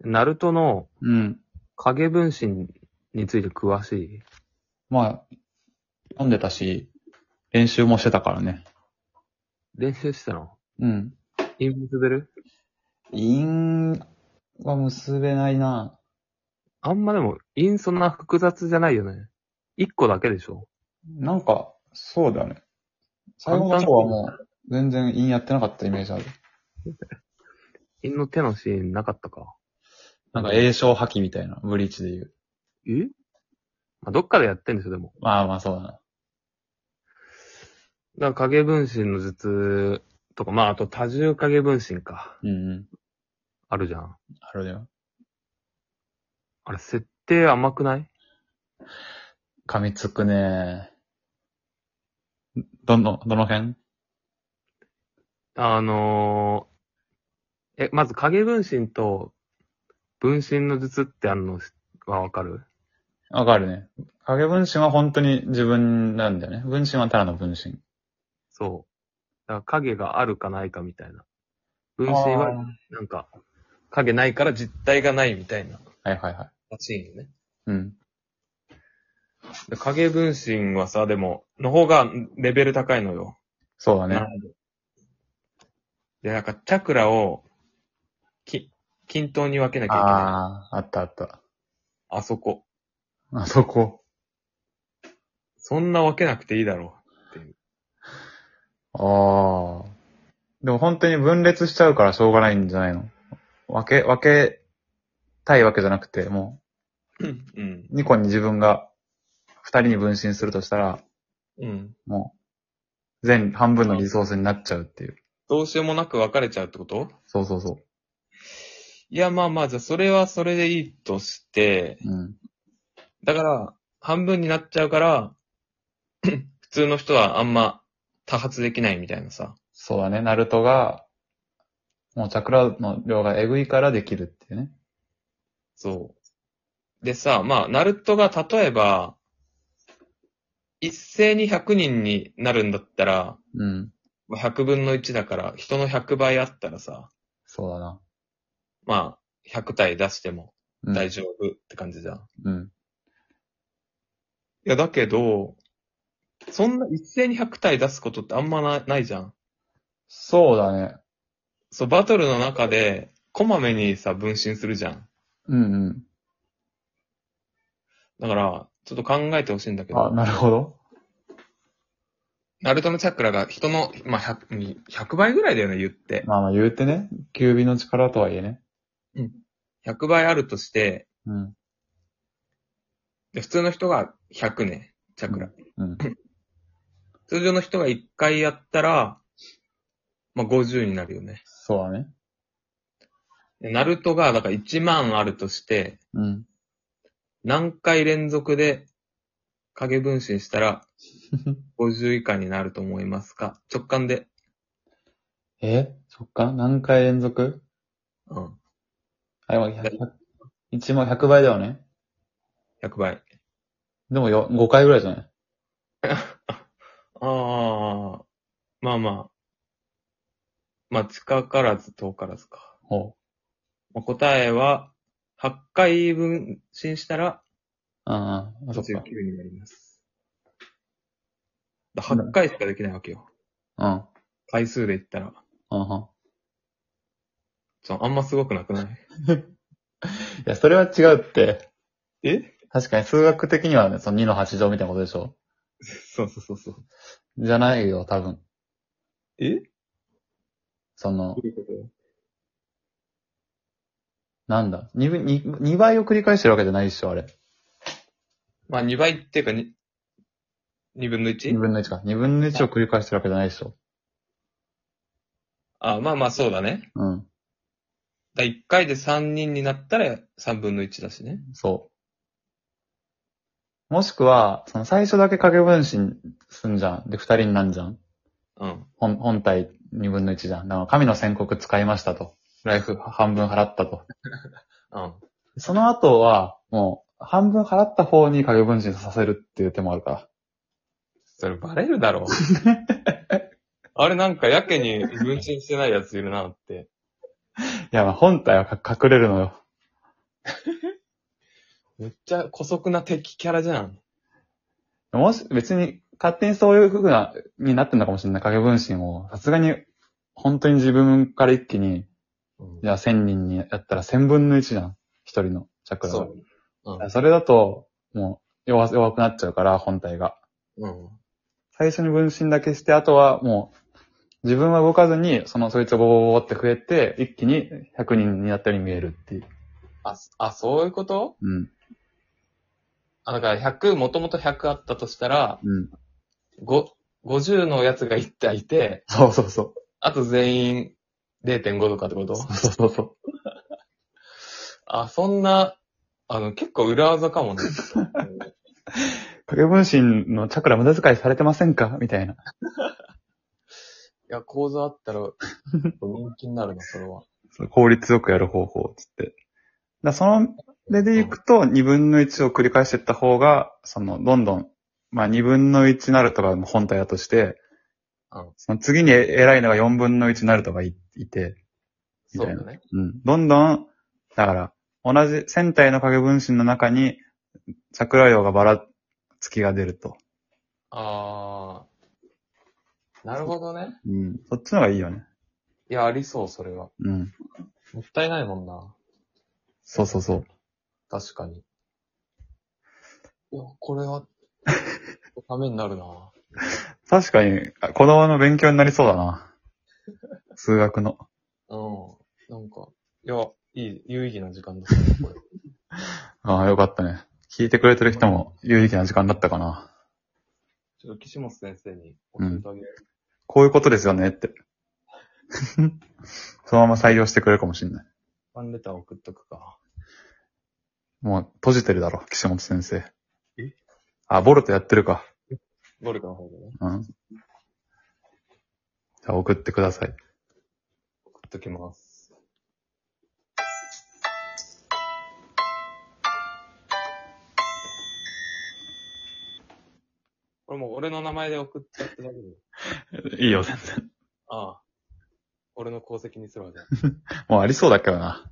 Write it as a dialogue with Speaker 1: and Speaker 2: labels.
Speaker 1: ナルトの
Speaker 2: うん。
Speaker 1: 影分身について詳しい
Speaker 2: まあ、読んでたし、練習もしてたからね。
Speaker 1: 練習してたの
Speaker 2: うん。
Speaker 1: インビズベル
Speaker 2: 因は結べないな。
Speaker 1: あんまでも、インそんな複雑じゃないよね。一個だけでしょ
Speaker 2: なんか、そうだね。最後の方はもう、全然因やってなかったイメージある。
Speaker 1: インの手のシーンなかったか。
Speaker 2: なんか、栄唱破棄みたいな、ブリーチで言う。
Speaker 1: えまあ、どっかでやってんでしょ、でも。
Speaker 2: まあまあ、そうだな。
Speaker 1: だから影分身の術とか、まあ、あと多重影分身か。
Speaker 2: うんうん。
Speaker 1: あるじゃん。
Speaker 2: あるよ。
Speaker 1: あれ、設定甘くない
Speaker 2: 噛みつくねどの、どの辺
Speaker 1: あのー、え、まず影分身と分身の術ってあるのはわかる
Speaker 2: わかるね。影分身は本当に自分なんだよね。分身はただの分身。
Speaker 1: そう。だから影があるかないかみたいな。分身は、なんか、影ないから実体がないみたいな。
Speaker 2: あーはいはいはい。
Speaker 1: らしいよね。
Speaker 2: うん。
Speaker 1: で影分身はさ、でも、の方がレベル高いのよ。
Speaker 2: そうだ
Speaker 1: なる
Speaker 2: ね。
Speaker 1: ほど。で、なんか、チャクラを、き、均等に分けなきゃいけない。
Speaker 2: ああ、あったあった。
Speaker 1: あそこ。
Speaker 2: あそこ。
Speaker 1: そんな分けなくていいだろ
Speaker 2: ああ。でも本当に分裂しちゃうからしょうがないんじゃないの分け、分けたいわけじゃなくて、も
Speaker 1: う。うん。
Speaker 2: う、2個に自分が2人に分身するとしたら、
Speaker 1: うん。
Speaker 2: もう、全半分のリソースになっちゃうっていう。
Speaker 1: どうしようもなく分かれちゃうってこと
Speaker 2: そうそうそ
Speaker 1: いや、まあまあ、じゃあ、それはそれでいいとして、
Speaker 2: う。うん。
Speaker 1: だから、半分になっちゃうから、 普通の人はあんま多発できないみたいなさ。
Speaker 2: そうだね、ナルトが、もうチャクラの量がえぐいからできるっていうね。
Speaker 1: そう。でさ、まあ、ナルトが例えば、一斉に100人になるんだったら、
Speaker 2: うん。
Speaker 1: まあ100分の1だから、人の100倍あったらさ、
Speaker 2: そうだな。
Speaker 1: まあ、100体出しても
Speaker 2: うん、
Speaker 1: 大丈夫って感じじゃん。い
Speaker 2: うん。
Speaker 1: や、だけど、そんな一斉に100体出すことってあんまなないじゃん。
Speaker 2: そうだね。
Speaker 1: そう、バトルの中で、こまめにさ、分身するじゃん。
Speaker 2: うん
Speaker 1: だから、ちょっと考えてほしいんだ
Speaker 2: う
Speaker 1: け
Speaker 2: ん。あ、
Speaker 1: ど、
Speaker 2: なるほど。
Speaker 1: ナルトのチャクラが人の、まあ、100、100倍ぐらいだよね、言って。
Speaker 2: まあまあ言うてね、九尾の力とはいえね。
Speaker 1: 100倍あるとして、
Speaker 2: うん。
Speaker 1: で普通の人が100ね、チャクラ。
Speaker 2: うん。
Speaker 1: 通常の人が1回やったら、まあ、50になるよね。
Speaker 2: そうだね。
Speaker 1: でナルトが、だから1万あるとして、
Speaker 2: うん。
Speaker 1: 何回連続で影分身した ら50以下になると思いますか直感で。
Speaker 2: えそっか何回連続
Speaker 1: うん。
Speaker 2: あ、でも100、1万100倍だよね。
Speaker 1: 100倍。
Speaker 2: でもよ5回ぐらいじゃない
Speaker 1: ああ、まあまあ。まあ、近からず遠からずか。
Speaker 2: ほ
Speaker 1: まあ、答えは、8回分身したら
Speaker 2: う。ああ、あそっ
Speaker 1: 59
Speaker 2: か。
Speaker 1: になります。だ8回しかできないわけよ。
Speaker 2: うん。
Speaker 1: 回数で言ったら。
Speaker 2: うんうん。
Speaker 1: ちょあんますごくなくない
Speaker 2: いや、それは違うって。
Speaker 1: え
Speaker 2: 確かに数学的にはね、その2の8乗みたいなことでしょ
Speaker 1: そうそうそうそう。
Speaker 2: じゃないよ、多分。
Speaker 1: え
Speaker 2: その、
Speaker 1: ういうこと
Speaker 2: なんだ。2, 二二倍を繰り返してるわけじゃないでしょ、あれ。
Speaker 1: まあ、2倍っていうかに、2分の 1?
Speaker 2: 2分の1か。2分の1を繰り返してるわけじゃないでしょ。
Speaker 1: あまあまあ、そうだね。
Speaker 2: うん。
Speaker 1: だ1回で3人になったら3分の1だしね。
Speaker 2: そう。もしくは、その最初だけ影分身すんじゃん。で、2人になんじゃん。
Speaker 1: うん。
Speaker 2: 本本体2分の1じゃん。だから神の宣告使いましたと。ライフ半分払ったと。
Speaker 1: うん。
Speaker 2: その後は、もう、半分払った方に影分身させるっていう手もあるから。
Speaker 1: それバレるだ ろう。あれなんかやけに分身してないやついるなって。
Speaker 2: いや、まあ本体はか隠れるのよ。
Speaker 1: めっちゃ古速な敵キャラじゃん。
Speaker 2: もし、別に、勝手にそういうふうな、になってんのかもしれない。影分身を。さすがに、本当に自分から一気に、
Speaker 1: うん
Speaker 2: じゃあ1000人にやったら1000分の1じゃん。一人のチャクラが。
Speaker 1: そう。うん
Speaker 2: それだと、もう弱、弱くなっちゃうから、本体が。
Speaker 1: うん。
Speaker 2: 最初に分身だけして、あとはもう、自分は動かずに、その、そいつがボボボボって増えて、一気に100人になったように見えるっていう。
Speaker 1: あ、あ、そういうこと
Speaker 2: うん。
Speaker 1: あ、だから100、もともと100あったとしたら、
Speaker 2: うん。
Speaker 1: ご50のやつが1体いて、
Speaker 2: そうそうそう。
Speaker 1: あと全員0.5とかってこと
Speaker 2: そうそうそう そう。
Speaker 1: あ、そんな、あの、結構裏技かもね。
Speaker 2: 影分身のチャクラ無駄遣いされてませんかみたいな。
Speaker 1: いや、講座あった ら、人気になるな、それは。
Speaker 2: その効率よくやる方法、つって。だからその、それでいくと、2分の1を繰り返していった方が、その、どんどん、まあ、2分の1なるとかの本体だとして、
Speaker 1: うん
Speaker 2: その次に偉いのが4分の1なるとかいいて、み
Speaker 1: そう
Speaker 2: た
Speaker 1: だ
Speaker 2: いな
Speaker 1: ね。
Speaker 2: うん。どんどん、だから、同じ、戦体の影分身の中に、桜葉がばらつきが出ると。
Speaker 1: あー。なるほどね。
Speaker 2: うん。そっちの方がいいよね。
Speaker 1: いや、ありそう、それは。
Speaker 2: うん。
Speaker 1: もったいないもんな。
Speaker 2: そうそうそう。
Speaker 1: 確かに。いや、これは、 ためになるな。
Speaker 2: 確かに、あ子供の勉強になりそうだな。数学の。
Speaker 1: うん。なんか、いや、いい、有意義な時間だったね、これ。
Speaker 2: ああ、よかったね。聞いてくれてる人も有意義な時間だったかな。
Speaker 1: ちょっと岸本先生に教えてあげる。
Speaker 2: こういうことですよねって。 そのまま採用してくれるかもしれない。
Speaker 1: ファンレター送っとくか。
Speaker 2: もう閉じてるだろ、岸本先生。
Speaker 1: え
Speaker 2: あ、ボルトやってるか。
Speaker 1: ボルトの方でね。
Speaker 2: うん。じゃあ送ってください。
Speaker 1: 送っときます。これもう俺の名前で送っちゃって大丈夫
Speaker 2: いいよ、全然。
Speaker 1: ああ。俺の功績にするわじゃあ
Speaker 2: もうありそうだけどな。